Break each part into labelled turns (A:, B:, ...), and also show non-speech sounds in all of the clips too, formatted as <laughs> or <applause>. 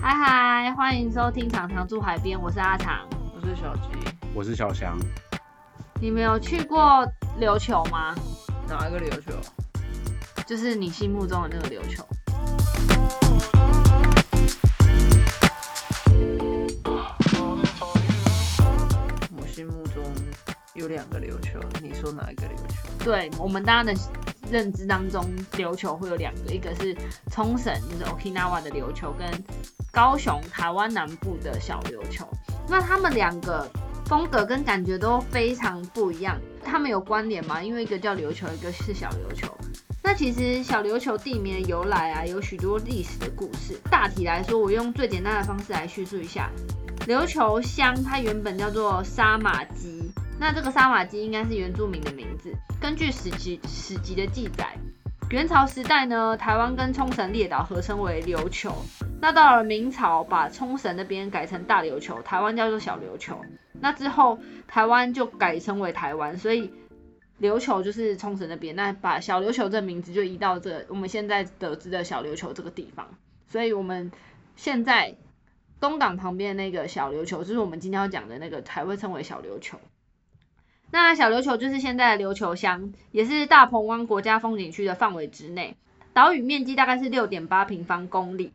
A: 嗨嗨，欢迎收听《常常住海边》，我是阿常，我是小吉。
B: 我是小翔，
A: 你们有去过琉球吗？
C: 哪一个琉球？
A: 就是你心目中的那个琉球？
C: 我心目中有两个琉球，你说哪一个琉球？
A: 对我们大家的认知当中，琉球会有两个，一个是冲绳，就是 Okinawa 的琉球，跟高雄台湾南部的小琉球。那他们两个风格跟感觉都非常不一样，他们有关联吗？因为一个叫琉球，一个是小琉球。那其实小琉球地名的由来啊，有许多历史的故事。大体来说，我用最简单的方式来叙述一下。琉球乡它原本叫做沙马基，那这个沙马基应该是原住民的名字。根据史籍史籍的记载，元朝时代呢，台湾跟冲绳列岛合称为琉球。那到了明朝，把冲绳那边改成大琉球，台湾叫做小琉球。那之后，台湾就改称为台湾，所以琉球就是冲绳那边。那把小琉球这名字就移到这我们现在得知的小琉球这个地方。所以我们现在东港旁边的那个小琉球，就是我们今天要讲的那个，才会称为小琉球。那小琉球就是现在的琉球乡，也是大鹏湾国家风景区的范围之内。岛屿面积大概是六点八平方公里，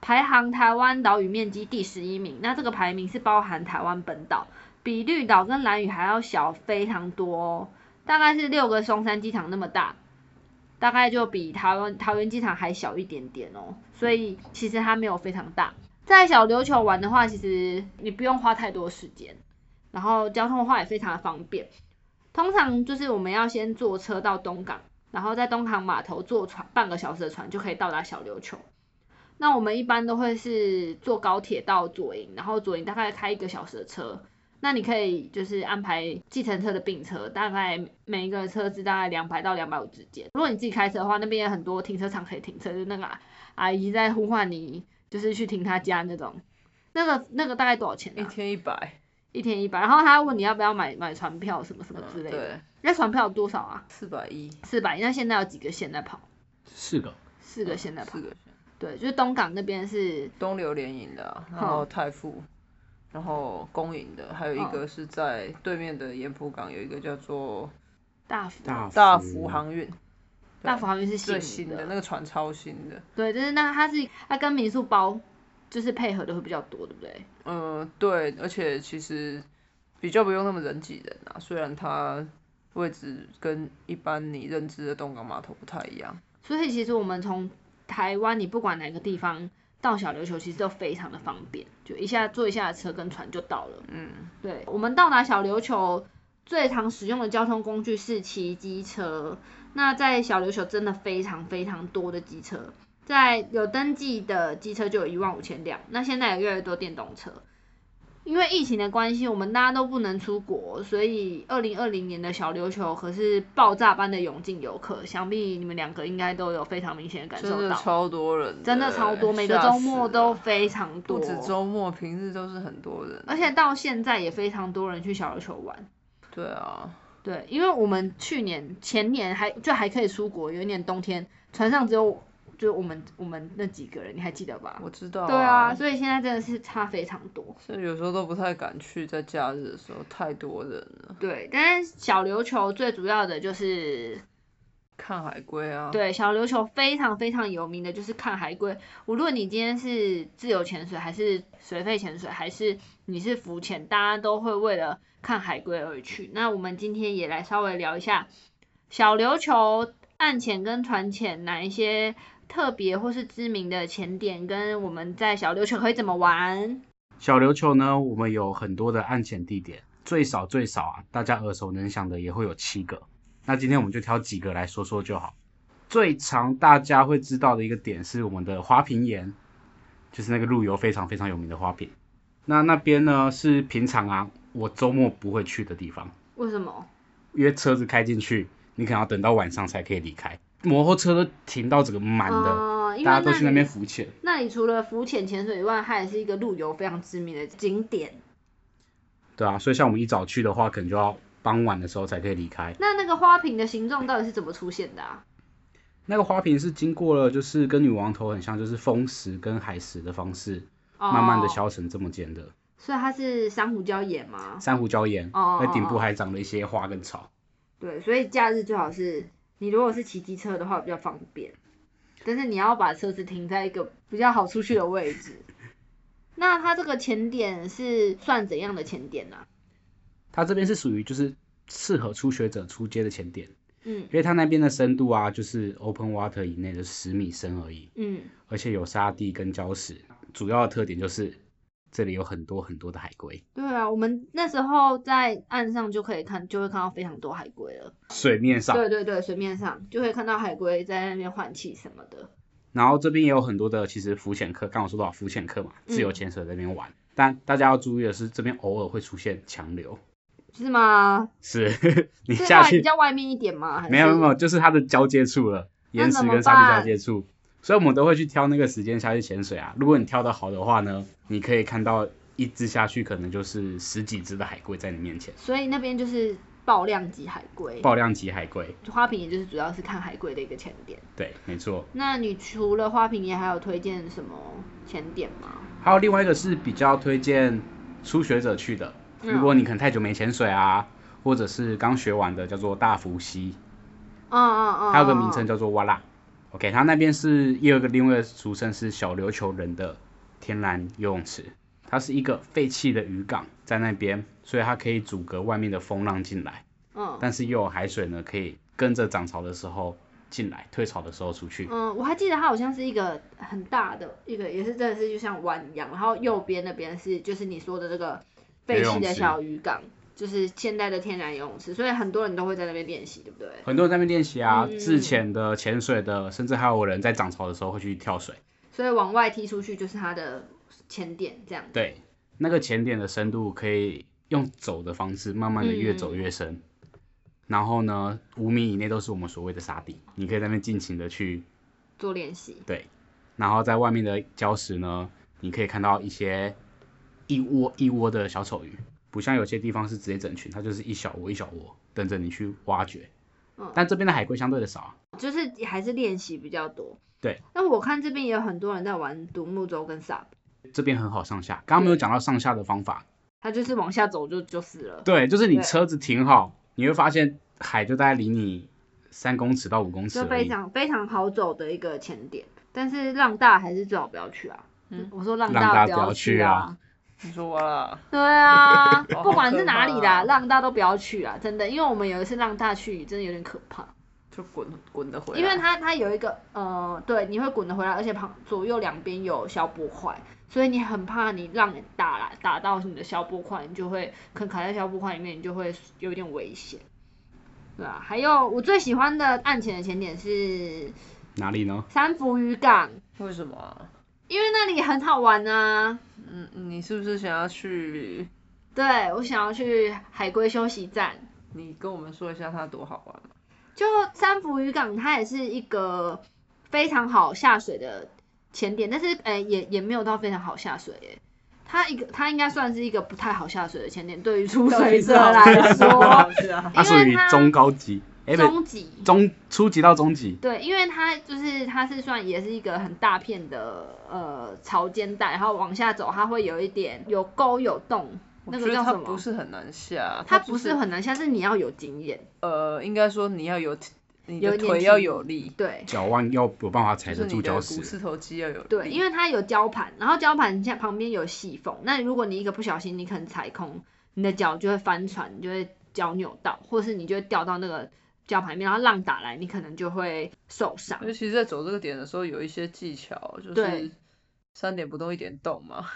A: 排行台湾岛屿面积第十一名。那这个排名是包含台湾本岛，比绿岛跟蓝屿还要小非常多哦，大概是六个松山机场那么大，大概就比台湾桃园机场还小一点点哦。所以其实它没有非常大。在小琉球玩的话，其实你不用花太多时间，然后交通的话也非常的方便。通常就是我们要先坐车到东港，然后在东港码头坐船半个小时的船就可以到达小琉球。那我们一般都会是坐高铁到左营，然后左营大概开一个小时的车。那你可以就是安排计程车的并车，大概每一个车子大概两百到两百五之间。如果你自己开车的话，那边有很多停车场可以停车，就是那个阿姨在呼唤你，就是去停她家那种。那个那个大概多少钱、
C: 一
A: 啊？
C: 天一百，
A: 一天一百，然后他问你要不要买买船票什么什么之类的。
C: 嗯对，
A: 那船票有多少啊？
C: 四百一，
A: 四百。那现在有几个县在跑？
B: 四个。
A: 四个县在跑
C: 哦四。个县
A: 对，就是东港那边是
C: 东流联营的啊、然后泰富，然后公营的，还有一个是在对面的盐浦港，有一个叫做
A: 大福，
B: 大
C: 大福航运，
A: 大福好像是
C: 最
A: 新
C: 新
A: 的。
C: 的那个船超新的。
A: 对，就是那它是它跟民宿包就是配合的会比较多，对不对？
C: 嗯，对，而且其实比较不用那么人挤人啊，虽然它位置跟一般你认知的东港码头不太一样。
A: 所以其实我们从台湾，你不管哪个地方到小琉球，其实都非常的方便，就一下坐一下车跟船就到了。
C: 嗯，
A: 对，我们到达小琉球最常使用的交通工具是骑机车。那在小琉球真的非常非常多的机车，在有登记的机车就有一万五千辆，那现在也越来越多电动车。因为疫情的关系，我们大家都不能出国，所以二零二零年的小琉球可是爆炸般的涌进游客，想必你们两个应该都有非常明显的感
C: 真
A: 受
C: 的
A: 到，
C: 超多人，欸
A: 真的超多，每个
C: 吓
A: 周
C: 死
A: 末
C: 了
A: 都非常多，
C: 不止周末，平日都是很多人。
A: 而且到现在也非常多人去小琉球玩。
C: 对啊，
A: 对，因为我们去年、前年还就还可以出国，有一年冬天船上只有就我们我们那几个人，你还记得吧？
C: 我知道、
A: 对啊，，所以现在真的是差非常多。
C: 所以有时候都不太敢去，在假日的时候太多人了，
A: 对，但是小琉球最主要的就是
C: 看海龟啊。
A: 对，小琉球非常非常有名的就是看海龟，无论你今天是自由潜水，还是水肺潜水，还是你是浮潜，大家都会为了看海龟而去。那我们今天也来稍微聊一下小琉球岸潜跟船潜哪一些特别或是知名的潜点，跟我们在小琉球可以怎么玩。
B: 小琉球呢，我们有很多的暗潜地点，最少最少啊，大家耳熟能详的也会有七个。那今天我们就挑几个来说说就好。最常大家会知道的一个点是我们的花瓶岩，就是那个陆游非常非常有名的花瓶。那那边呢是平常啊，我周末不会去的地方，
A: 为什么？
B: 因为车子开进去，你可能要等到晚上才可以离开，摩托车都停到整个满的，
A: 哦因为
B: 大家都去那
A: 里
B: 边浮潜。
A: 那里除了浮潜、潜水以外，它也是一个陆游非常知名的景点。
B: 对啊，所以像我们一早去的话，可能就要傍晚的时候才可以离开。
A: 那那个花瓶的形状到底是怎么出现的啊？
B: 那个花瓶是经过了，就是跟女王头很像，就是风蚀跟海蚀的方式慢慢的
A: 哦，
B: 削成这么尖的
A: 所以它是珊瑚礁岩吗？
B: 珊瑚礁岩，
A: 哦
B: 在顶部
A: 哦哦
B: 还长了一些花跟草。
A: 对，所以假日最好是你如果是骑机车的话比较方便，但是你要把车子停在一个比较好出去的位
B: <laughs>
A: 置。那它这个潜点是算怎样的潜点啊呢、
B: 它这边是属于就是适合初学者出街的潜点，
A: 嗯
B: 因为它那边的深度啊，就是 open water 以内的十米深而已，
A: 嗯，
B: 而且有沙地跟礁石。主要的特点就是这里有很多很多的海龟，
A: 对啊，我们那时候在岸上就可以看，就会看到非常多海龟了。
B: 水面上。
A: 对对对，水面上就会看到海龟在那边换气什么的。
B: 然后这边也有很多的其实浮潜客，刚刚我说到浮潜客嘛，
A: 嗯
B: 自由潜水在那边玩。但大家要注意的是，这边偶尔会出现强流， <laughs>
A: 是吗？ <laughs>
B: 是你
A: 是
B: 下
A: 外比
B: 去
A: 较外面一点吗？还
B: 没有
A: 是
B: 没有没有，就是它的交接处了，
A: 那
B: 岩
A: 怎
B: 石
A: 么
B: 跟沙地交
A: 办
B: 接处，所以我们都会去挑那个时间下去潜水啊。如果你挑的好的话呢，你可以看到一只下去可能就是十几只的海龟在你面前，
A: 所以那边就是爆量级海龟，
B: 爆量级海龟。
A: 花瓶也就是主要是看海龟的一个潜点。
B: 对，没错。
A: 那你除了花瓶岩，还有推荐什么潜点吗？
B: 还有另外一个是比较推荐初学者去的，
A: 嗯
B: 如果你可能太久没潜水啊，或者是刚学完的，叫做大伏溪。
A: 嗯嗯嗯，
B: 它有个名称
A: 叫
B: 叫做哇啦。OK，它那边是也有一个另外的俗称是小琉球人的天然游泳池，它是一个废弃的渔港在那边，所以它可以阻隔外面的风浪进来，
A: 嗯
B: 但是又有海水呢可以跟着涨潮的时候进来，退潮的时候出去。
A: 嗯，我还记得它好像是一个很大的一个，也是真的是就像湾一样，然后右边那边是就是你说的这个废
B: 游
A: 弃
B: 泳
A: 的
B: 池
A: 小渔港，就是现代的天然游泳池，所以很多人都会在那边练习，对不对？
B: 很多人在那边练习啊，
A: 嗯
B: 自潜的、潜水的，甚至还有人在涨潮的时候会去跳水。
A: 所以往外踢出去就是它的前点这样。
B: 对，那个潜点的深度可以用走的方式，慢慢的越走越深。然后呢，五米以内都是我们所谓的沙地，你可以在那边尽情的去。
A: 做练习。
B: 然后在外面的礁石呢，你可以看到一些一窝一窝的小丑鱼，不像有些地方是直接整群，它就是一小窝一小窝等着你去挖掘。
A: 嗯
B: 但这边的海龟相对的少啊，
A: 就是还是练习比较多。
B: 对。
A: 那我看这边也有很多人在玩独木舟跟 SUP，
B: 这边很好上下。刚刚没有讲到上下的方法，
A: 他就是往下走就就是了。
B: 对，就是你
A: 对
B: 车子停好，你会发现海就大概离你三公尺到五公尺
A: 就
B: 而
A: 非
B: 已。
A: 常非常好走的一个前点，但是浪大还是最好不要去啊。
C: 嗯
A: 我说浪
B: 浪大
A: 不
B: 不要
A: 去
B: 去
A: 啊
B: 啊。
C: 你说哇啦，
A: 对
C: <laughs>
A: 啊，
C: 好
A: 不管是哪里
C: 可怕
A: 啦，
C: 啊
A: 浪大都不要去啊，真的，因为我们有一次浪大去，真的有点可怕，
C: 就滚滚的回来。
A: 因为它它有一个呃，对，你会滚得回来，而且旁左右两边有消波块，所以你很怕你浪打来打到你的消波块，你就会可能卡在消波块里面，你就会有点危险。对啊，还有我最喜欢的岸潜的潜点是
B: 哪里呢？
A: 三福渔港，
C: 为什么啊？
A: 因为那里很好玩啊。
C: 嗯，你是不是想要去？
A: 对我想要去海龟休息站，
C: 你跟我们说一下它多好玩？
A: 就三福渔港，它也是一个非常好下水的潜点，但是呃也也没有到非常好下水耶。它一个它应该算是一个不太好下水的潜点，对于初水者来说，
C: 是啊，
B: <laughs> 它
A: 因
B: 属
A: 为
B: 于
A: 它
B: 中高级，哎、不
A: 中级。
B: 中初级到中级，
A: 对，因为它就是它是算也是一个很大片的呃潮间带，然后往下走，它会有一点有沟有洞，那
C: 我
A: 个
C: 觉得
A: 叫
C: 它
A: 什么？
C: 不是很难下，啊
A: 它
C: 就
A: 不是很难下，是你要有经验。
C: 呃，应该说你要有你
A: 有
C: 的
A: 一点
C: 腿
A: 体
C: 要
A: 力
C: 有力，
A: 对
B: 脚腕要有办法
C: 就
B: 踩
C: 是
B: 得
C: 你
B: 住
C: 的
B: 礁
C: 股
B: 石。
C: 四头肌要有力。
A: 对，因为它有胶盘，然后胶盘下旁边有细缝，那如果你一个不小心，你可能踩空，你的脚就会翻船，你就会脚扭到，或是你就会掉到那个胶盘里面，然后浪打来，你可能就会受伤。
C: 尤其是在走这个点的时候，有一些技巧，就
A: 对
C: 是三点不动一点动嘛。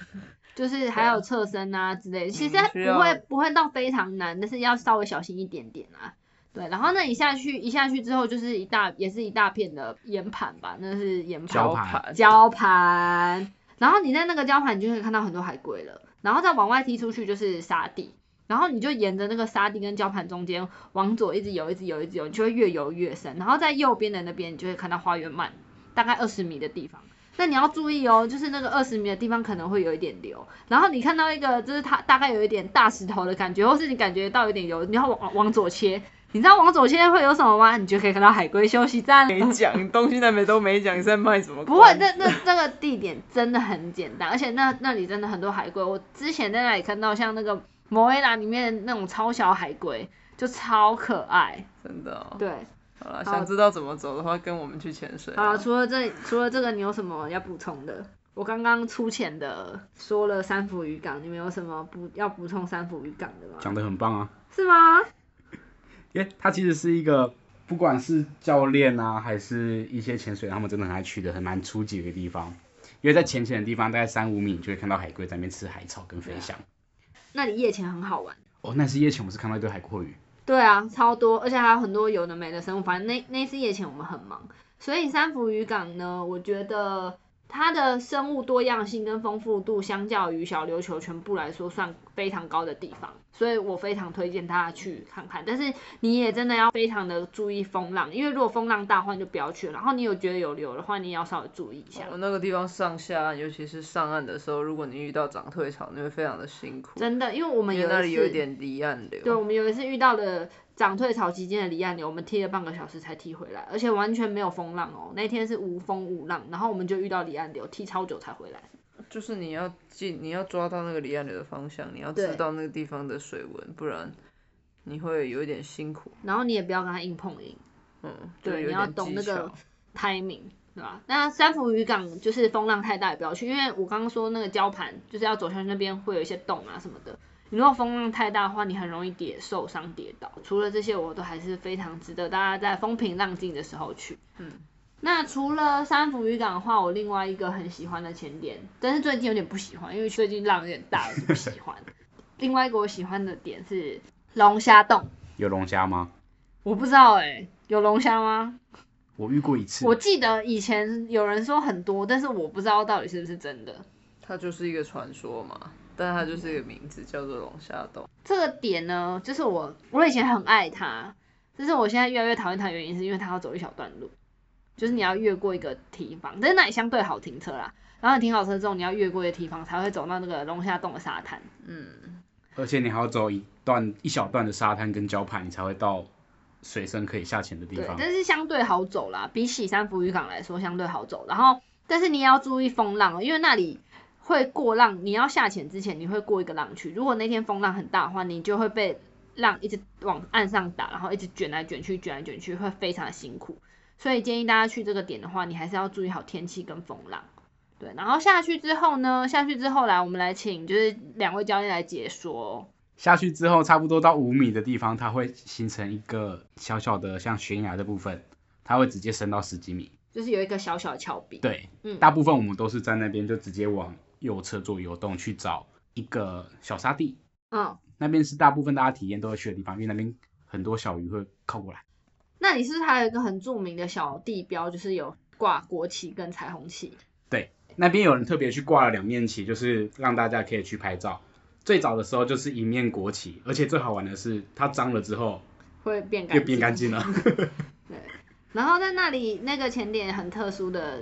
A: 就是还有侧身啊之类的，其实
C: 嗯
A: 它
C: 需
A: 不会
C: 要
A: 不会到非常难，但是要稍微小心一点点啊。对，然后那一下去一下去之后，就是一大也是一大片的岩盘吧，那是岩盘
B: 胶
C: 绞
B: 盘
C: 盘， <laughs>
A: 礁盘，然后你在那个礁盘，你就可以看到很多海龟了。然后再往外踢出去就是沙地，然后你就沿着那个沙地跟礁盘中间往左一直游，一直游，一直游，你就会越游越深。然后在右边的那边，你就会看到花园鳗，大概二十米的地方。那你要注意哦，就是那个二十米的地方可能会有一点流，然后你看到一个就是它大概有一点大石头的感觉，或是你感觉到有点流，你要往往左切，你知道往左切会有什么吗？你就可以看到海龟休息站了。
C: 没讲东西南北都没讲，你在卖什么
A: 不
C: 关？
A: 会，那那那个地点真的很简单，而且那那里真的很多海龟。我之前在那里看到像那个《摩耶拉》里面的那种超小海龟，就超可爱。
C: 真的哦。
A: 对，
C: 好了，
A: 好
C: 想知道怎么走的话，跟我们去潜水
A: 好
C: 啊。
A: 了，除了这除了这个，你有什么要补充的？我刚刚粗浅的说了三福渔港，你们有什么补要补充三福渔港的吗？
B: 讲得很棒啊。
A: 是吗？
B: 因为它其实是一个，不管是教练啊，还是一些潜水员，他们真的很爱去的，很蛮初级的一个地方。因为在浅浅的地方，大概三五米，你就会看到海龟在那边吃海草跟飞翔。
A: 啊那里夜潜很好玩。
B: 哦，那是夜前我们是看到一堆海阔鱼，
A: 对啊，超多，而且还有很多有的没的生物。反正那那次夜潜我们很忙，所以三福渔港呢，我觉得它的生物多样性跟丰富度，相较于小琉球全部来说，算非常高的地方。所以我非常推荐大家去看看。但是你也真的要非常的注意风浪，因为如果风浪大的话，你就不要去了。然后你有觉得有流的话，你也要稍微注意一下。
C: 我那个地方上下岸，尤其是上岸的时候，如果你遇到涨退潮，你会非常的辛苦，
A: 真的，因为我们
C: 因为
A: 有
C: 那里有
A: 一
C: 一
A: 次，
C: 点离岸流。
A: 对，我们有一次遇到了涨退潮期间的离岸流，我们踢了半个小时才踢回来，而且完全没有风浪哦。那天是无风无浪，然后我们就遇到离岸流，踢超久才回来。
C: 就是你要记，你要抓到那个离岸流的方向，你要
A: 对
C: 知道那个地方的水文，不然你会有一点辛苦。
A: 然后你也不要跟他硬碰硬
C: 嗯，
A: 对
C: 就是有
A: 你要
C: 点
A: 懂
C: 技
A: 那个
C: 巧
A: ，timing。对吧？那三福渔港就是风浪太大也不要去，因为我刚刚说那个礁盘就是要走下去那边会有一些洞啊什么的。你如果风浪太大的话，你很容易跌受伤跌倒。除了这些，我都还是非常值得大家在风平浪静的时候去。
C: 嗯，
A: 那除了三福渔港的话，我另外一个很喜欢的潜点，但是最近有点不喜欢，因为最近浪有点大，我就不喜欢。另外一个我喜欢的点是龙虾洞，
B: 有龙虾吗？
A: 我不知道哎、有龙虾吗？
B: 我遇过一次
A: 我，记得以前有人说很多，但是我不知道到底是不是真的。
C: 它就是一个传说嘛，但它就是一个名字叫做龙虾洞。
A: 这个点呢，就是我我以前很爱它，但是我现在越来越讨厌它，的原因是因为它要走一小段路，就是你要越过一个堤防，但是那里相对好停车啦。然后你停好车之后，你要越过一个堤防才会走到那个龙虾洞的沙滩。
B: 而且你还要走一段一小段的沙滩跟礁盘，你才会到水深可以下潜的地
A: 对，
B: 方。
A: 但是相对好走啦，比起三福渔港来说相对好走。然后，但是你也要注意风浪哦，因为那里会过浪，你要下潜之前你会过一个浪区。如果那天风浪很大的话，你就会被浪一直往岸上打，然后一直卷来卷去，卷来卷去，会非常辛苦。所以建议大家去这个点的话，你还是要注意好天气跟风浪。对，然后下去之后呢，下去之后来，我们来请就是两位教练来解说哦、
B: 下去之后，差不多到五米的地方，它会形成一个小小的像悬崖的部分，它会直接升到十几米。
A: 就是有一个小小的峭壁。
B: 对，
A: 嗯
B: 大部分我们都是在那边就直接往右侧做游动去找一个小沙地，
A: 嗯，
B: 那边是大部分大家体验都会去的地方，因为那边很多小鱼会靠过来。
A: 那你是不是还有一个很著名的小地标，就是有挂国旗跟彩虹旗？
B: 那边有人特别去挂了两面旗，就是让大家可以去拍照。最早的时候就是一面国旗，而且最好玩的是它脏了之后
A: 会变干
B: 又
A: 净，
B: 变干净了。 <laughs>
A: <laughs> 然后在那里那个前点很特殊的，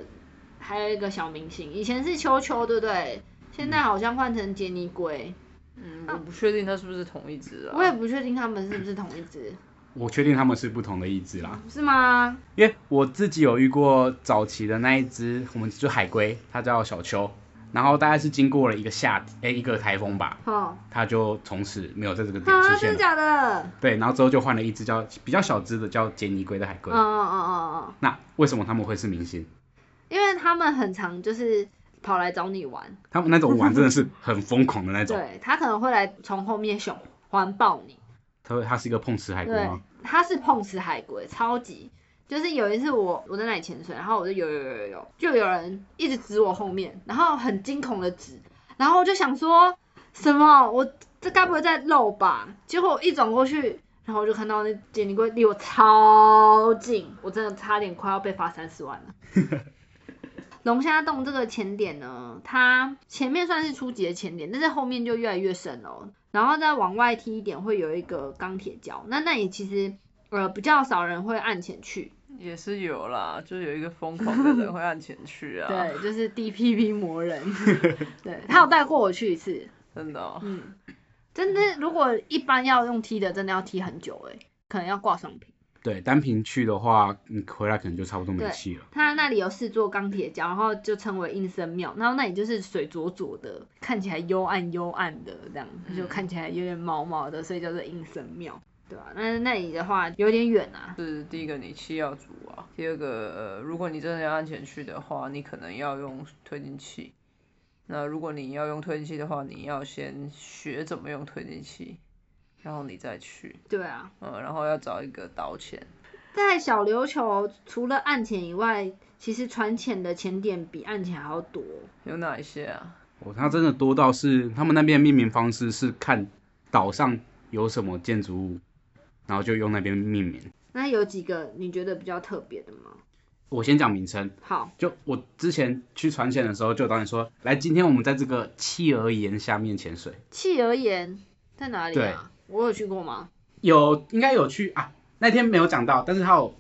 A: 还有一个小明星，以前是秋秋，对不对？现
B: 嗯
A: 在好像换成杰尼龟，
C: 嗯，我不确定它是不是同一只啊。
A: 我也不确定他们是不是同一只，
B: 我确定他们是不同的意志啦，
A: 是吗？
B: 因为我自己有遇过早期的那一只，我们就海龟，它叫小秋，然后大概是经过了一个夏诶、一个台风吧，
A: 哦，
B: 它就从此没有在这个点
A: 啊，
B: 出
A: 真
B: 现
A: 的
B: 了。
A: 假的？
B: 对，然后之后就换了一只叫比较小只的叫杰尼龟的海龟。
A: 嗯嗯嗯嗯嗯，
B: 那为什么他们会是明星？
A: 因为他们很常就是跑来找你玩，
B: 他们那种玩真的是很疯狂的那种。
A: <laughs> 对他可能会来从后面熊环抱你。
B: 他会他是一个碰瓷海龟
A: 对
B: 吗？，
A: 它是碰瓷海龟，超级。就是有一次我我在那里潜水，然后我就游游游游游，就有人一直指我后面，然后很惊恐的指，然后我就想说什么，我这该不会在漏吧？结果我一转过去，然后我就看到那杰尼龟离我超近，我真的差点快要被罚三十万了。龙虾洞这个潜点呢，它前面算是初级的潜点，但是后面就越来越深哦。然后再往外踢一点，会有一个钢铁礁，那那里其实呃比较少人会岸潜去，
C: 也是有啦，就是有一个疯狂的人会按前去啊。，
A: <laughs> 对，就是
C: <laughs>
A: DPP 魔人，对他有带过我去一次，
C: 真的、哦。
A: 嗯，真的如果一般要用踢的，真的要踢很久哎、可能要挂双屏。
B: 对，单凭去的话，你回来可能就差不多没
A: 对
B: 气了。
A: 它那里有四座钢铁桥，然后就称为阴森庙，然后那里就是水浊浊的，看起来幽暗幽暗的这样，
C: 嗯
A: 就看起来有点毛毛的，所以叫做阴森庙，对吧、啊那那里的话有点远啊，
C: 是第一个你气要足啊，第二个、呃、如果你真的要安全去的话，你可能要用推进器。那如果你要用推进器的话，你要先学怎么用推进器，然后你再去，
A: 对啊。
C: 呃，然后要找一个导潜，
A: 在小琉球除了岸潜以外，其实船潜的潜点比岸潜还要多。
C: 有哪一些啊？
B: 哦，它真的多到是他们那边的命名方式是看岛上有什么建筑物，然后就用那边命名。
A: 那有几个你觉得比较特别的吗？
B: 我先讲名称，
A: 好，
B: 就我之前去船潜的时候，就有导演说，来，今天我们在这个企鹅岩下面潜水，
A: 企鹅岩在哪里啊？我有去过吗？
B: 有应该有去啊，那天没有讲到，但是他有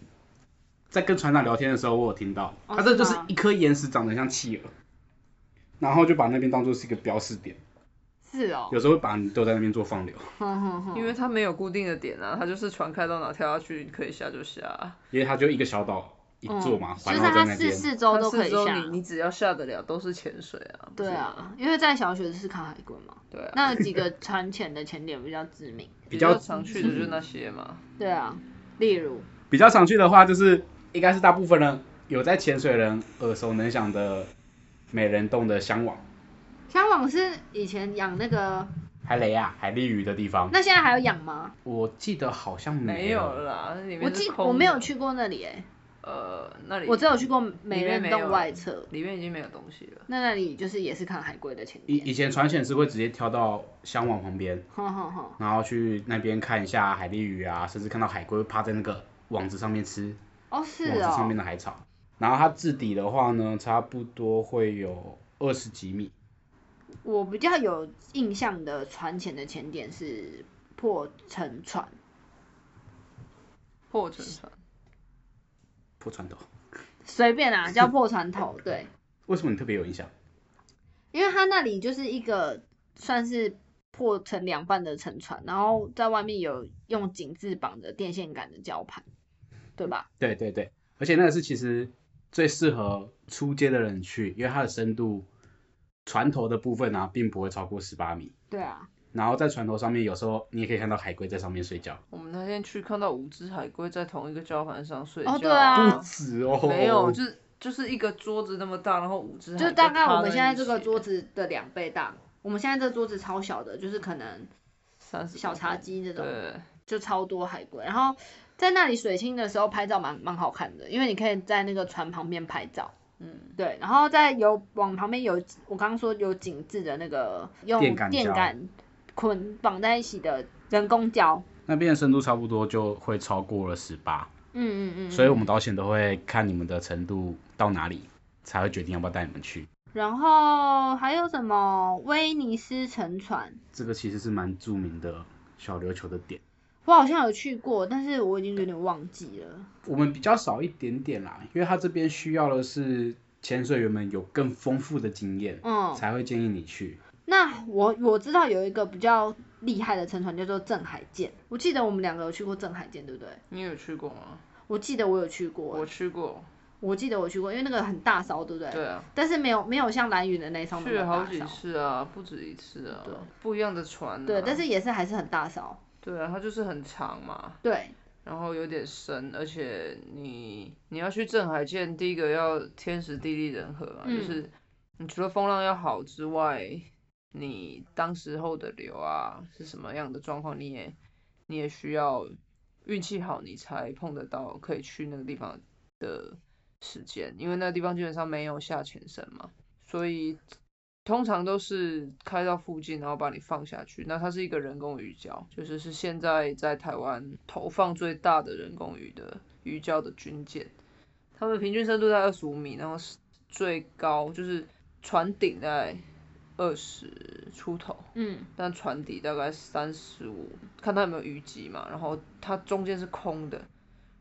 B: 在跟船长聊天的时候，我有听到，
A: 哦
B: 他这就是
A: 是吗
B: 一颗岩石长得像企鹅，然后就把那边当做是一个标示点，
A: 是哦，
B: 有时候会把你丢在那边做放流，
A: 哼哼哼
C: 因为它没有固定的点啊，它就是船开到哪跳下去，你可以下就下啊。
B: 因为它就一个小岛一座
A: 嗯
B: 嘛，
A: 就
B: 环
A: 是
B: 绕在
A: 它
B: 那
A: 四
B: 边。
A: 四周都可以
C: 它四周
A: 下。
C: 你你只要下得了都是潜水啊。不
A: 对
C: 是
A: 啊，因为在小学是看海龟嘛，
C: 对啊，
A: 那有几个船潜的潜点比较知名。
B: 比
C: 比
B: 较
C: 较常去的就是那些嘛。
A: 对啊，例如
B: 比较常去的话，就是应该是大部分人有在潜水人耳熟能详的美人洞的香网、
A: 香网是以前养那个，
B: 海雷啊、海蛎鱼的地方。
A: 那现在还有养吗？
B: 我记得好像
C: 没有
B: 有
C: 了啦，那里面
A: 我
C: 是
A: 记
C: 空
A: 我没有
C: 的。
A: 去过那里哎、
C: 呃，那里
A: 我只有去过美
C: 里面
A: 人
C: 没
A: 洞
C: 有
A: 外侧，
C: 里面已经没有东西了。
A: 那那里就是也是看海龟的潜
B: 以
A: 点。
B: 以前船潜是会直接跳到香网旁边，
A: 哼哼哼，
B: 然后去那边看一下海蛎鱼啊，甚至看到海龟趴在那个网子上面吃
A: 哦是
B: 网子上面
A: 哦，
B: 的海草。然后它质底的话呢，差不多会有二十几米，
A: 我比较有印象的船潜的潜点是破沉船，
C: 破沉船，
B: 破船头。
A: 随便啊叫破船 <laughs> 头，对。
B: 为什么你特别有印象？
A: 因为它那里就是一个算是破成两半的沉船，然后在外面有用紧致绑着电线杆的绞盘，对吧？
B: 对对对，而且那个是其实最适合初阶的人去，因为它的深度船头的部分呢、并不会超过十八米。
A: 对啊，
B: 然后在船头上面，有时候你也可以看到海龟在上面睡觉，
C: 我们那天去看到五只海龟在同一个礁盘上睡觉。
A: 哦对啊
B: 不止哦，
C: 没有，就是就是一个桌子那么大，然后五只海龟
A: 就大概
C: 趴
A: 我们
C: 在
A: 现在
C: 一
A: 这个
C: 起
A: 桌子的两倍大。我们现在这桌子超小的，就是可能
C: 三十
A: 小茶几这种，
C: 对，
A: 就超多海龟。然后在那里水清的时候拍照蛮蛮好看的，因为你可以在那个船旁边拍照。
C: 嗯，
A: 对，然后在有往旁边有，我刚刚说有紧致的那个用
B: 电杆
A: 电
B: 胶
A: 杆捆绑在一起的人工胶。
B: 那边的深度差不多就会超过了十八，
A: 嗯嗯嗯。
B: 所以我们导险都会看你们的程度到哪里，才会决定要不要带你们去。
A: 然后还有什么威尼斯沉船？
B: 这个其实是蛮著名的小琉球的点，
A: 我好像有去过，但是我已经有点忘记了。
B: 我们比较少一点点啦，因为它这边需要的是潜水员们有更丰富的经验。
A: 嗯，
C: 哦
B: 才会建议你去。
A: 那我我知道有一个比较厉害的沉船叫做镇海舰，我记得我们两个有去过镇海舰，对不对？
C: 你有去过吗？
A: 我记得我有去过，
C: 我
A: 我
C: 去过，
A: 记得我去过，因为那个很大艘，对不对？
C: 对啊，
A: 但是没有没有像蓝屿的那一艘那
C: 去了好
A: 么
C: 几
A: 大艘，
C: 次啊，不止一次啊
A: 对，
C: 不一样的船、啊。
A: 对，但是也是还是很大艘，
C: 对啊，它就是很长嘛，
A: 对，
C: 然后有点深，而且你你要去镇海舰，第一个要天时地利人和啊，
A: 嗯
C: 就是你除了风浪要好之外，你当时候的流啊是什么样的状况，你也你也需要运气好，你才碰得到可以去那个地方的时间，因为那个地方基本上没有下潜深嘛，所以通常都是开到附近，然后把你放下去。那它是一个人工鱼礁，就是是现在在台湾投放最大的人工鱼的鱼礁的军舰，它们平均深度在二十五米，然后是最高就是船顶在二十出头，
A: 嗯，
C: 但船底大概三十五，看它有没有淤积嘛。然后它中间是空的，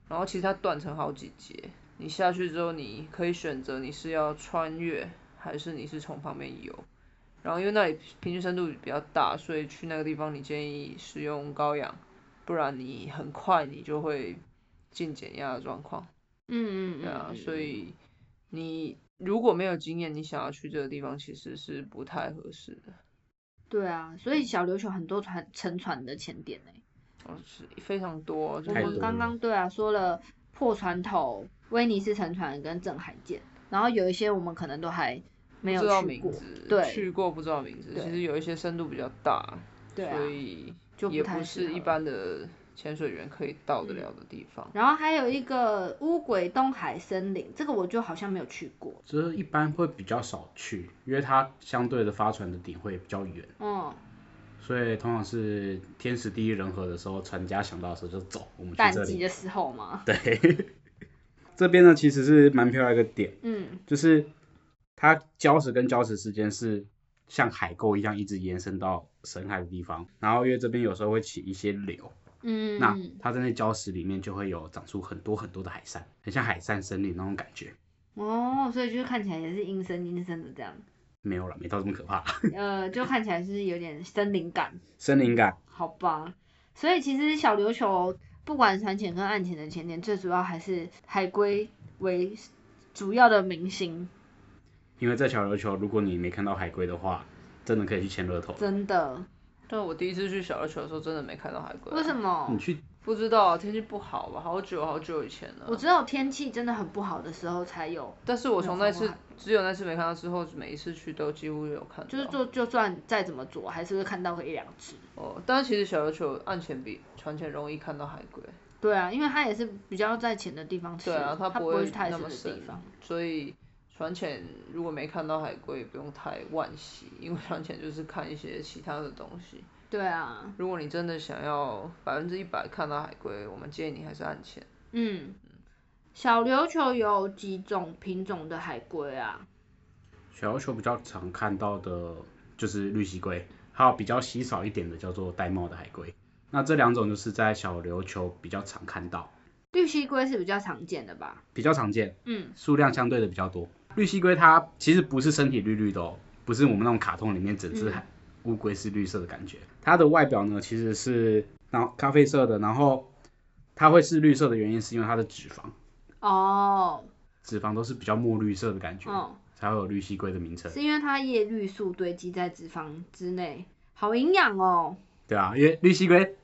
C: 然后其实它断成好几节。你下去之后，你可以选择你是要穿越，还是你是从旁边游。然后因为那里平均深度比较大，所以去那个地方你建议使用高氧不然你很快你就会进减压的状况。
A: 嗯嗯嗯，
C: 对啊，
A: 嗯
C: 所以你如果没有经验，你想要去这个地方其实是不太合适的，
A: 对啊，所以小琉球很多船沉船的前点呢、
C: 哦，是非常多，就
A: 我
B: 太
A: 们
B: 多
C: 是
A: 刚
B: 了
A: 刚对啊说了破船头、威尼斯沉船跟镇海舰，然后有一些我们可能都还没有
C: 不知道
A: 去
C: 名
A: 过，
C: 字，
A: 对
C: 去过不知道名字，
A: 对
C: 其实有一些深度比较大，
A: 对啊
C: 所。以
A: 就不
C: 也
A: 太
C: 不
A: 适
C: 是一
A: 合
C: 般的潜水员可以到得
A: 嗯
C: 了的地方。
A: 然后还有一个乌鬼东海森林，这个我就好像没有去过。
B: 就是一般会比较少去，因为它相对的发船的点会比较远，
A: 嗯，
B: 所以通常是天时地利人和的时候，船家想到的时候就走，我们去
A: 淡
B: 这
A: 季
B: 里。 <laughs>
A: 的时候嘛。
B: 对，这边呢其实是蛮漂亮一个点，
A: 嗯
B: 就是它礁石跟礁石之间是像海沟一样一直延伸到深海的地方，然后因为这边有时候会起一些流，
A: 嗯，
B: 那它在那礁石里面就会有长出很多很多的海扇，很像海扇森林那种感觉。
A: 哦，所以就是看起来也是阴森阴森的这样，
B: 没有了，没到这么可怕。
A: 呃，就看起来就是有点森林感，
B: 森林感，
A: 好吧。所以其实小琉球不管船潜跟岸潜的潜点，最主要还是海龟为主要的明星，
B: 因为在小琉球，如果你没看到海龟的话，真的可以去牵乐头。
A: 真的。
C: 但我第一次去小琉球的时候，真的没看到海龟啊、
A: 为什么
B: 你？去
C: 不知道啊，天气不好吧？好久好久以前了。
A: 我只有天气真的很不好的时候才有，
C: 但是我从那
A: 没
C: 次
A: 有看
C: 只有那次没看到之后，每一次去都几乎有看到。
A: 就是就就算再怎么左，还是会看到个一两只。
C: 哦，但是其实小琉球岸前比船前容易看到海龟，
A: 对啊，因为它也是比较在浅的地方吃，
C: 对啊，
A: 哦它
C: 不
A: 会去太
C: 那
A: 深
C: 么
A: 的
C: 深
A: 地方。，
C: 所以船前如果没看到海龟，也不用太惋惜，因为船前就是看一些其他的东西。
A: 对啊，
C: 如果你真的想要百分之一百看到海龟，我们建议你还是岸前。
A: 嗯，小琉球有几种品种的海龟啊？
B: 小琉球比较常看到的就是绿蜥龟，还有比较稀少一点的叫做玳瑁的海龟。那这两种就是在小琉球比较常看到，
A: 绿蜥龟是比较常见的吧？
B: 比较常见。
A: 嗯，
B: 数量相对的比较多。绿蜥龟它其实不是身体绿绿的哦，不是我们那种卡通里面整只海乌龟是绿色的感觉。它的外表呢其实是然后咖啡色的，然后它会是绿色的原因是因为它的脂肪，
A: 哦，
B: 脂肪都是比较墨绿色的感觉，
A: 嗯，
B: 才会有绿蜥龟的名称。
A: 是因为它叶绿素堆积在脂肪之内，好营养哦。
B: 对啊，因为绿蜥龟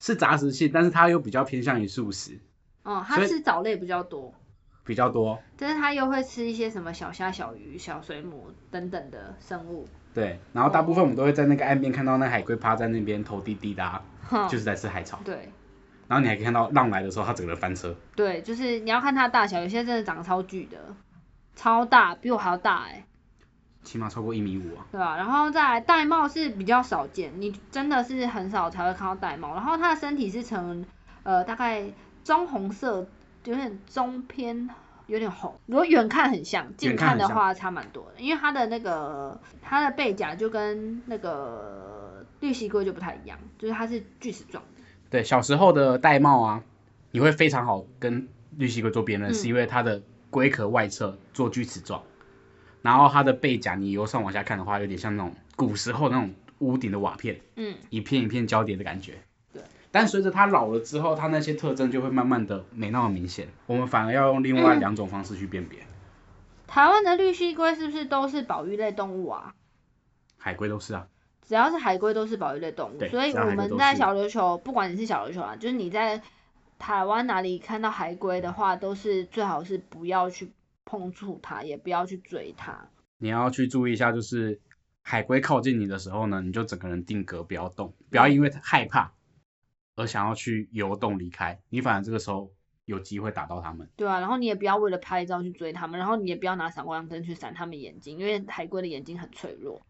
B: 是杂食性，但是它又比较偏向于素食，
A: 哦，它
B: 所以
A: 吃藻类比较多，
B: 比较多。
A: 但是它又会吃一些什么小虾、小鱼、小水母等等的生
B: <laughs>
A: 物。
B: 对，然后大部分我们都会在那个岸边看到那海龟趴在那边头低低的、啊，
A: 哼，
B: 就是在吃海草。
A: 对
B: 然后你还可以看到浪来的时候，它整个人翻车。
A: 对，就是你要看它的大小，有些真的长得超巨的，超大，比我还要大哎、
B: 起码超过一米五啊。
A: 对吧、然后再来玳瑁是比较少见，你真的是很少才会看到玳瑁。然后它的身体是呈呃大概棕红色，有点棕偏有点红。如果远看很像，近
B: 远看
A: 看
B: 很
A: 的
B: 像
A: 话差蛮多的，因为它的那个它的背甲就跟那个绿蜥龟就不太一样，就是它是锯齿状的。
B: 对，小时候的玳瑁啊，你会非常好跟绿蜥龟做辨认，
A: 嗯
B: 是因为它的龟壳外侧做锯齿状，然后它的背甲，你由上往下看的话，有点像那种古时候那种屋顶的瓦片，
A: 嗯，
B: 一片一片交叠的感觉。
A: 对。
B: 但随着它老了之后，它那些特征就会慢慢的没那么明显，我们反而要用另外
A: 嗯
B: 两种方式去辨别。
A: 台湾的绿蜥龟是不是都是保育类动物啊？
B: 海龟都是啊，
A: 只要是海龟都是保育类动物，
B: 对
A: 所以
B: 只要
A: 我
B: 海龟
A: 们
B: 都
A: 在
B: 是
A: 小琉球，不管你是小琉球啊，就是你在台湾哪里看到海龟的话，都是最好是不要去碰触它，也不要去追它。
B: 你要去注意一下，就是海龟靠近你的时候呢，你就整个人定格，不要动，不要因为害怕而想要去游动离开，你反而这个时候有机会打到它们。
A: 对啊，然后你也不要为了拍照去追它们，然后你也不要拿闪光灯去闪它们眼睛，因为海龟的眼睛很脆弱。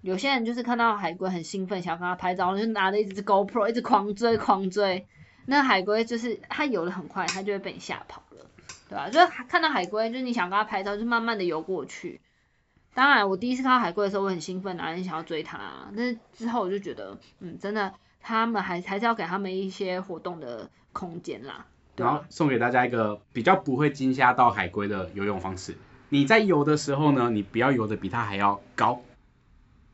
A: 有些人就是看到海龟很兴奋，想要跟它拍照，就拿着一只 GoPro 一直狂追狂追。那海龟就是它游的很快，它就会被你吓跑了，对吧、就是看到海龟，就是你想跟它拍照，就慢慢的游过去。当然，我第一次看到海龟的时候，我很兴奋啊，很想要追它、啊。但是之后我就觉得，嗯，真的，他们还还是要给他们一些活动的空间啦，对
B: 然
A: 吧、
B: 后送给大家一个比较不会惊吓到海龟的游泳方式。你在游的时候呢，你不要游的比它还要高，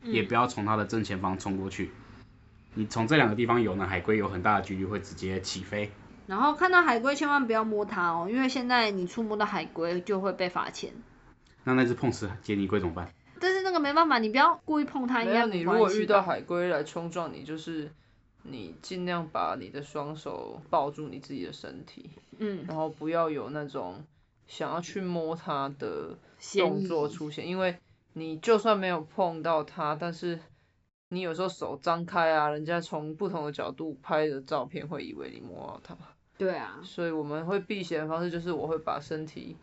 A: 嗯
B: 也不要从它的正前方冲过去，你从这两个地方游呢，海龟有很大的几率会直接起飞。
A: 然后看到海龟千万不要摸它哦，因为现在你触摸到海龟就会被罚钱。
B: 那那只碰瓷杰尼龟怎么办？
A: 但是那个没办法，你不要故意碰它，应
C: 没
A: 该
C: 有，
A: 没
C: 你如
A: 关
C: 果
A: 系
C: 遇到
A: 吧
C: 海龟来冲撞你，就是你尽量把你的双手抱住你自己的身体，
A: 嗯
C: 然后不要有那种想要去摸它的
A: 嫌
C: 动
A: 疑
C: 作出现，因为你就算没有碰到它，但是你有时候手张开啊，人家从不同的角度拍的照片会以为你摸到它。
A: 对啊，
C: 所以我们会避嫌的方式就是我会把身体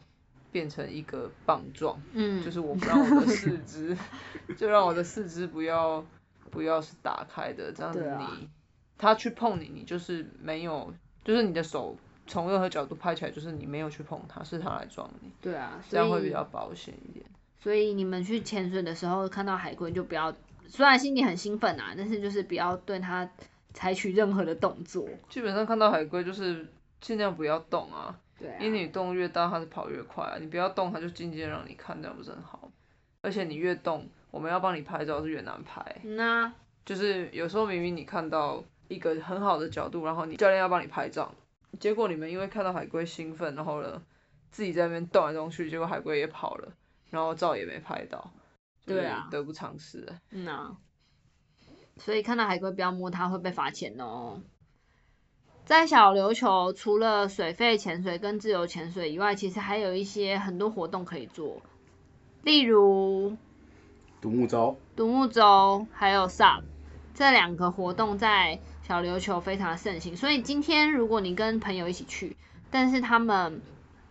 C: 变成一个棒状，
A: 嗯，
C: 就是我不让我的四肢， <laughs> 就让我的四肢不要不要是打开的，这样子
A: 对啊
C: 你他去碰你，你就是没有，就是你的手从任何角度拍起来，就是你没有去碰它，是它来撞你，
A: 对啊，所
C: 这样会比
A: 以
C: 较保险一点。
A: 所以你们去潜水的时候看到海龟就不要，虽然心里很兴奋啊，但是就是不要对它采取任何的动作。
C: 基本上看到海龟就是尽量不要动啊，
A: 对啊，
C: 因为你动越大，它是跑越快啊，你不要动，它就静静地让你看，这样不是很好吗？而且你越动，我们要帮你拍照是越难拍，
A: 那
C: 就是有时候明明你看到一个很好的角度，然后你教练要帮你拍照，结果你们因为看到海龟兴奋，然后呢自己在那边动来动去，结果海龟也跑了，然后照也没拍到，
A: 对啊
C: 就是得不偿失啊。
A: 嗯啊，所以看到海龟不要摸它，会被罚钱哦。在小琉球，除了水肺潜水跟自由潜水以外，其实还有一些很多活动可以做，例如
B: 独木舟，
A: 独木舟还有 SUP 这两个活动在小琉球非常盛行，所以今天如果你跟朋友一起去，但是他们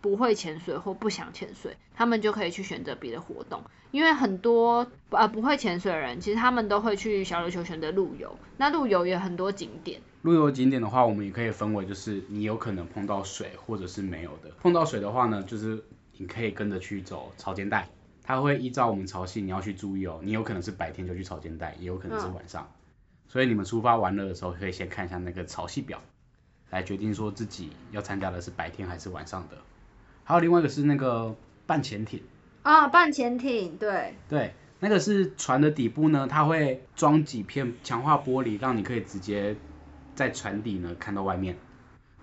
A: 不会潜水或不想潜水，他们就可以去选择别的活动，因为很多呃不会潜水的人，其实他们都会去小琉球选择陆游，那陆游也很多景点，
B: 陆游景点的话，我们也可以分为就是你有可能碰到水，或者是没有的。碰到水的话呢，就是你可以跟着去走潮间带，它会依照我们潮汐，你要去注意哦。你有可能是白天就去潮间带，也有可能是晚上，所以你们出发玩乐的时候，可以先看一下那个潮汐表，来决定说自己要参加的是白天还是晚上的。还有另外一个是那个半潜艇。
A: 啊，半潜艇，对，
B: 对，那个是船的底部呢，它会装几片强化玻璃，让你可以直接在船底呢看到外面。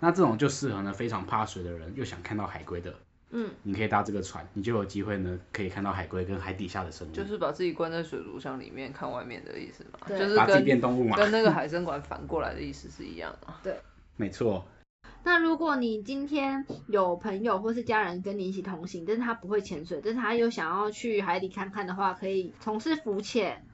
B: 那这种就适合呢非常怕水的人，又想看到海龟的，
A: 嗯，
B: 你可以搭这个船，你就有机会呢可以看到海龟跟海底下的生物，
C: 就是把自己关在水族箱里面看外面的意思嘛，
A: 对啊
C: 就是
B: 把自己
C: 跟
B: 变动物嘛。
C: 跟那个海参馆反过来的意思是一样的啊。
B: 没错，
A: 那如果你今天有朋友或是家人跟你一起同行，但是他不会潜水，但是他又想要去海底看看的话，可以从事浮潜。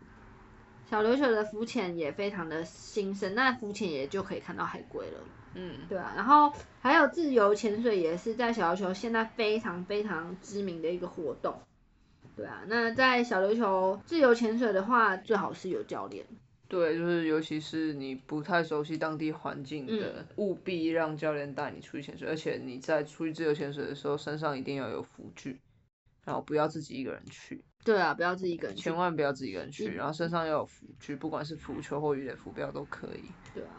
A: 小琉球的浮潜也非常的兴盛，那浮潜也就可以看到海龟了，
C: 嗯，
A: 对啊。然后还有自由潜水也是在小琉球现在非常非常知名的一个活动，对啊。那在小琉球自由潜水的话，最好是有教练，
C: 对，就是尤其是你不太熟悉当地环境
A: 嗯
C: 的，务必让教练带你出去潜水，而且你在出去自由潜水的时候，身上一定要有浮具，然后不要自己一个人去，
A: 对啊，不要自己一个人去
C: 千，万不要自己一个人去，
A: 嗯
C: 然后身上要有浮具，不管是浮球或鱼类浮标都可以，
A: 对啊。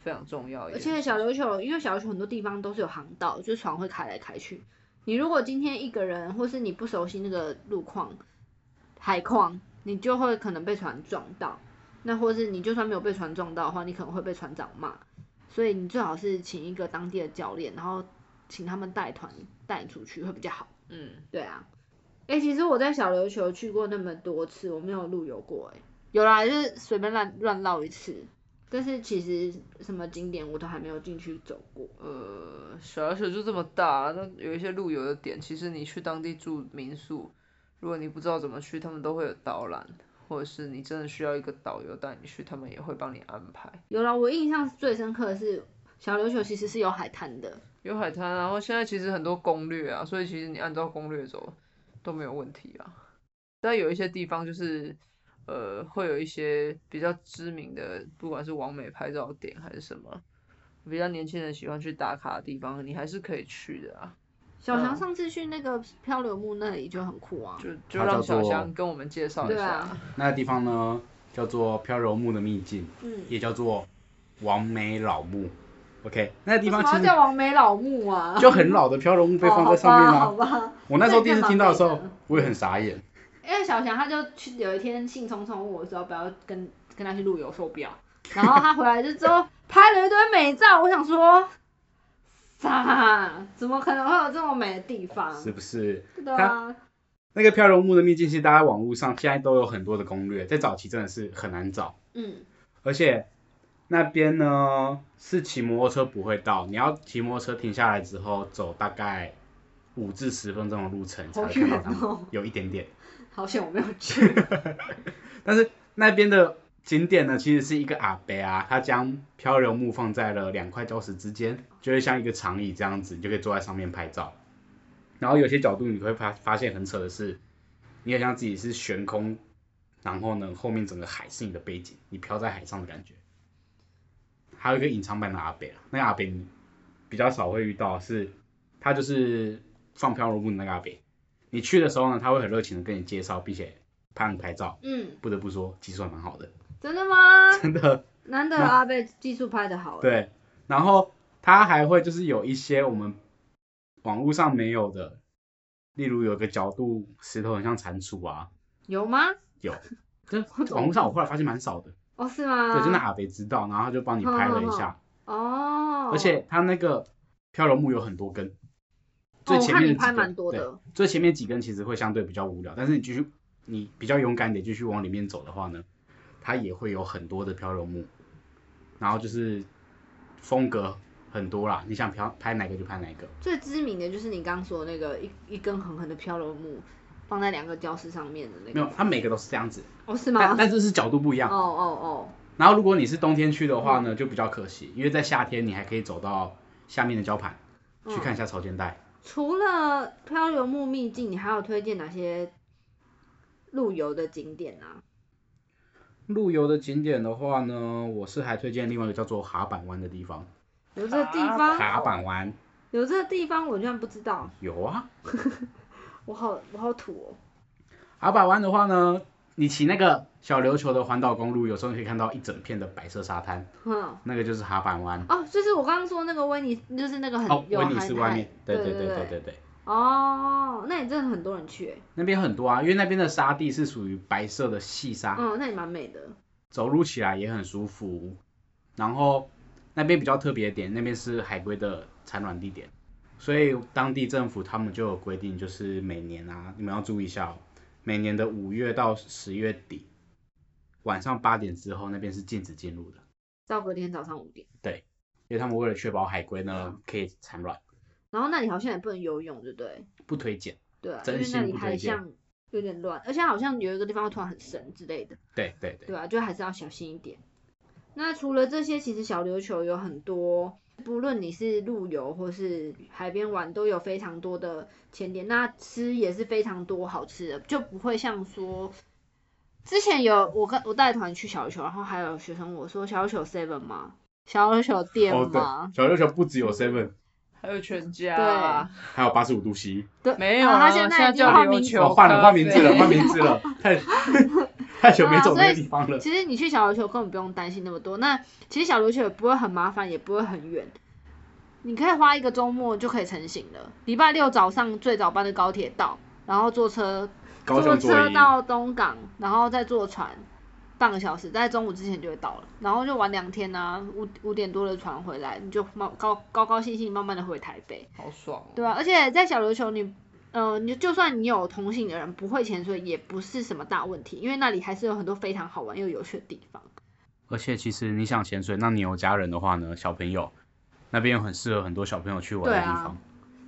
C: 非常重要
A: 而
C: 一件事情。
A: 且小琉球，因为小琉球很多地方都是有航道，就是船会开来开去。你如果今天一个人，或是你不熟悉那个路况、海况，你就会可能被船撞到。那或是你就算没有被船撞到的话，你可能会被船长骂。所以你最好是请一个当地的教练，然后请他们带团带你出去会比较好。
C: 嗯，
A: 对啊，哎、其实我在小琉球去过那么多次，我没有路游过、欸，有啦，就是随便乱乱绕一次，但是其实什么景点我都还没有进去走过。
C: 呃，小琉球就这么大，那有一些路游的点，其实你去当地住民宿，如果你不知道怎么去，他们都会有导览，或者是你真的需要一个导游带你去，他们也会帮你安排。
A: 有啦，我印象最深刻的是小琉球其实是有海滩的，
C: 有海滩啊，然后现在其实很多攻略啊，所以其实你按照攻略走都没有问题啊。但有一些地方就是，呃，会有一些比较知名的，不管是完美拍照点还是什么，比较年轻人喜欢去打卡的地方，你还是可以去的啊。
A: 小强
C: 嗯
A: 上次去那个漂流木那里就很酷啊。
C: 就就
B: 它叫
C: 让小
B: 做
C: 香跟我们介绍一
A: 对
C: 下。
A: 啊
B: 那个地方呢叫做飘柔木的秘境，
A: 嗯，
B: 也叫做王梅老木。OK，那个地
A: 为什
B: 方
A: 么
B: 其
A: 要
B: 实
A: 叫王梅老木啊？
B: 就很老的飘柔木被放在上
A: <laughs>
B: 面
A: 哦
B: 啦、
A: 好吧，好吧。
B: 我那时候第一
A: 那
B: 次
A: 也蛮
B: 听到的时
A: 美
B: 候
A: 的，
B: 我也很傻眼。
A: 因为小翔他就去有一天兴冲冲问我说要不要跟跟他去露营，我说不要，然后他回来之后拍了一堆美照，我想说，傻，怎么可能会有这么美的地方？
B: 是不是？
A: 对啊，
B: 那个飘柔木的秘境，其实大家网络上现在都有很多的攻略，在早期真的是很难找，
A: 嗯，
B: 而且那边呢是骑摩托车不会到，你要骑摩托车停下来之后走大概五至十分钟的路程才
A: 好
B: 会看到
A: 远
B: 他们，
A: 哦，
B: 有一点点。
A: 好险我没有
B: <laughs>
A: 去。
B: 但是那边的景点呢，其实是一个阿伯啊，他将漂流木放在了两块礁石之间，就会像一个长椅这样子，你就可以坐在上面拍照。然后有些角度你会发发现很扯的是，你很像自己是悬空，然后呢后面整个海是你的背景，你飘在海上的感觉。还有一个隐藏版的阿北啊，那个阿北你比较少会遇到，是他就是放漂流木的那个阿北。你去的时候呢，他会很热情的跟你介绍，并且拍你拍照。
A: 嗯，
B: 不得不说技术还蛮好的，
A: 真的吗？
B: 真的
A: 难得
B: 那
A: 阿贝技术拍的好。，
B: 对。然后它还会就是有一些我们网络上没有的，例如有一个角度石头很像蟾蜍啊，
A: 有吗？
B: 有。这网络上我后来发现蛮少的，
A: 哦，是吗？
B: 对，就那阿北知道，然后他就帮你拍了一下，
A: 哦，
B: 而且它那个漂流木有很多根，
A: 哦
B: 最
A: 我
B: 前
A: 看
B: 面
A: 你
B: 的
A: 拍
B: 几根
A: 蛮多
B: 对
A: 的，
B: 最前面几根其实会相对比较无聊，但是你继续你比较勇敢一点继续往里面走的话呢，它也会有很多的漂流木，然后就是风格很多啦，你想漂拍哪个就拍哪个。
A: 最知名的就是你刚刚说的那个一一根横横的漂流木，放在两个礁石上面的那
B: 没有
A: 个，，
B: 它每个都是这样子，
A: 哦，是
B: 但
A: 吗？
B: 但这是角度不一
A: 哦
B: 样。
A: 哦
B: 然后如果你是冬天去的话呢，就比较可惜，因为在夏天你还可以走到下面的礁盘
A: 哦，
B: 去看一下潮间带。
A: 嗯。除了漂流木秘境，你还有推荐哪些路游的景点啊？
B: 陆游的景点的话呢，我是还推荐另外一个叫做蛤板湾的地方。
A: 有这个地
C: 啊
A: 方，
B: 蛤板湾
A: 有这个地方，我居然不知道，
B: 有啊，
A: 我好我好土哦
B: 阿百湾的话呢，你骑那个小琉球的环岛公路，有时候你可以看到一整片的白色沙滩，
A: 哦。哼，
B: 那个就是哈板湾。
A: 哦，就是我刚刚说那个威尼，就是那个很
B: 哦，
A: 嗯有
B: 威尼
A: 海
B: 斯外面
A: 海，
B: 对
A: 对
B: 对
A: 对
B: 对对，
A: 哦，那你真的很多人去欸，
B: 那边很多啊，因为那边的沙地是属于白色的细沙，
A: 嗯，那也蛮美的，
B: 走路起来也很舒服。然后那边比较特别的点，那边是海龟的产卵地点，所以当地政府他们就有规定，就是每年啊，你们要注意一下哦，每年的五月到十月底，晚上八点之后那边是禁止进入的。
A: 到隔天早上五点。
B: 因为他们为了确保海龟呢可以产卵，
A: 然后那里好像也不能游泳，对不对？
B: 不推荐。
A: 对啊，因
B: 真
A: 为那
B: 心
A: 里
B: 不
A: 海
B: 推荐
A: 象有点乱，而且好像有一个地方会突然很深之类的，
B: 对对对，
A: 对啊，就还是要小心一点。那除了这些，其实小琉球有很多，不论你是陆游或是海边玩，都有非常多的潜点。那吃也是非常多好吃的，就不会像说之前有我跟我带团去小琉球，然后还有学生问我说小琉球 seven 吗？小琉球店吗？
B: 小琉球不只有 Seven，
C: 还有全家啊，
B: 还有八十五
A: <laughs>
B: 度 C。
A: 对，
C: 没有
A: 然后
C: 啊，
A: 他现
C: 在
A: 已经
C: 叫
A: 换
C: 琉
A: 名
C: 球
B: 哦，换了
C: 咖
B: 换名字了，
C: 啡
B: 换名字了， <laughs> 太太久没
A: 对啊所
B: 走那
A: 以
B: 个地方了。
A: 其实你去小琉球根本不用担心那么多。那其实小琉球也不会很麻烦，也不会很远，你可以花一个周末就可以成型了。礼拜六早上最早班的高铁到，然后坐车
B: 高
A: 坐
B: 雄左
A: 车
B: 营，
A: 到东港，然后再坐船半个小时，在中午之前就会到了。然后就玩两天啊，五五点多的船回来，你就慢高高高兴兴慢慢的回台北。
C: 好爽哦。
A: 对啊，而且在小琉球你，呃，你就算你有同性的人不会潜水，也不是什么大问题，因为那里还是有很多非常好玩又有趣的地方。
B: 而且其实你想潜水，那你有家人的话呢，小朋友那边很适合很多小朋友去玩的地方。
A: 啊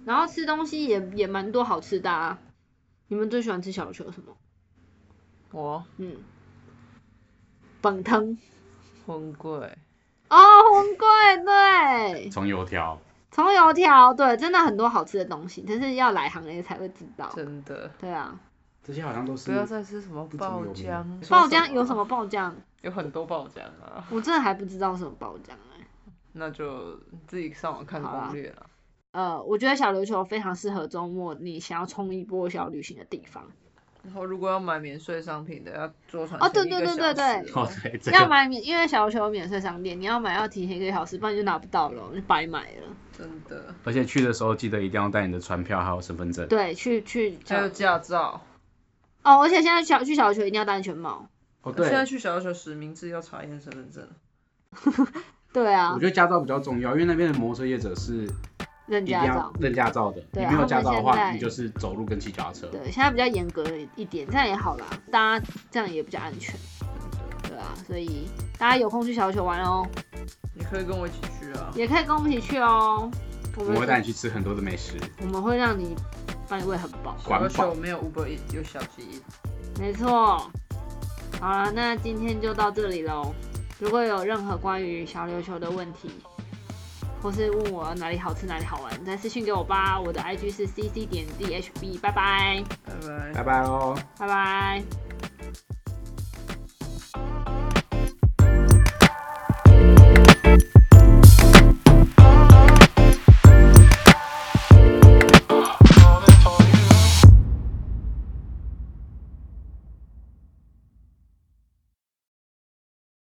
A: 然后吃东西也也蛮多好吃的啊。你们最喜欢吃小琉球什么？
C: 我
A: 嗯，本汤
C: 婚贵，
A: 哦，红贵对，啊
B: 葱油条，
A: 葱油条对，真的很多好吃的东西，但是要来行业才会知道。
C: 真的
A: 对啊，
B: 这些好像都是
C: 不要再吃什么
B: 不怎
C: 爆
B: 么有名
C: 浆，说
A: 爆浆
C: 啊
A: 有什么？爆浆？
C: 有很多爆浆啊，
A: 我真的还不知道什么爆浆哎、
C: 那就自己上网看
A: 好啦
C: 攻略了。
A: 呃，我觉得小琉球非常适合周末你想要冲一波小旅行的地方。
C: 然后如果要买免税商品的，要坐船
A: 哦
C: 前
A: 对
C: 一个
A: 对对
C: 小
A: 对
C: 时
B: 哦
C: 哦，
B: 对，这
A: 要
B: 个
A: 买免，因为小琉球有免税商店，你要买要提前一个小时，不然你就拿不到了，你白买了。
C: 真的，
B: 而且去的时候记得一定要带你的船票还有身份证。
A: 对，去去
C: 还有驾照。
A: 哦，而且现在小去小琉球一定要戴安全帽。
B: 哦
C: 现在
B: 对，
C: 去小琉球实名制要查验身份证，
A: 对啊
B: 我，觉得驾照比较重要，因为那边的摩托车业者是
A: 认
B: 一定
A: 驾
B: 要
A: 照。
B: 认驾照的，你
A: 对啊
B: 没有驾照的
A: 他们
B: 话，
A: 现在
B: 你就是走路跟骑脚踏车。
A: 对，现在比较严格一点，这样也好啦，大家这样也比较安全，对啊，所以大家有空去小琉球玩哦，
C: 你可以跟我一起去啊。
A: 也可以跟我们一起去哦。我
B: 我会带
A: 们
B: 你去吃很多的美食，
A: 我们会让你把你喂很饱，
B: 管
C: 而
B: 饱
C: 且我没有 Uber Eats，有小鸡。
A: 没错。好啦，那今天就到这里喽。如果有任何关于小琉球的问题，或是问我哪里好吃哪里好玩，再私信给我吧。我的 IG 是 cc 点 dhb，拜拜，
C: 拜拜。
B: 拜拜哦。
A: 拜拜。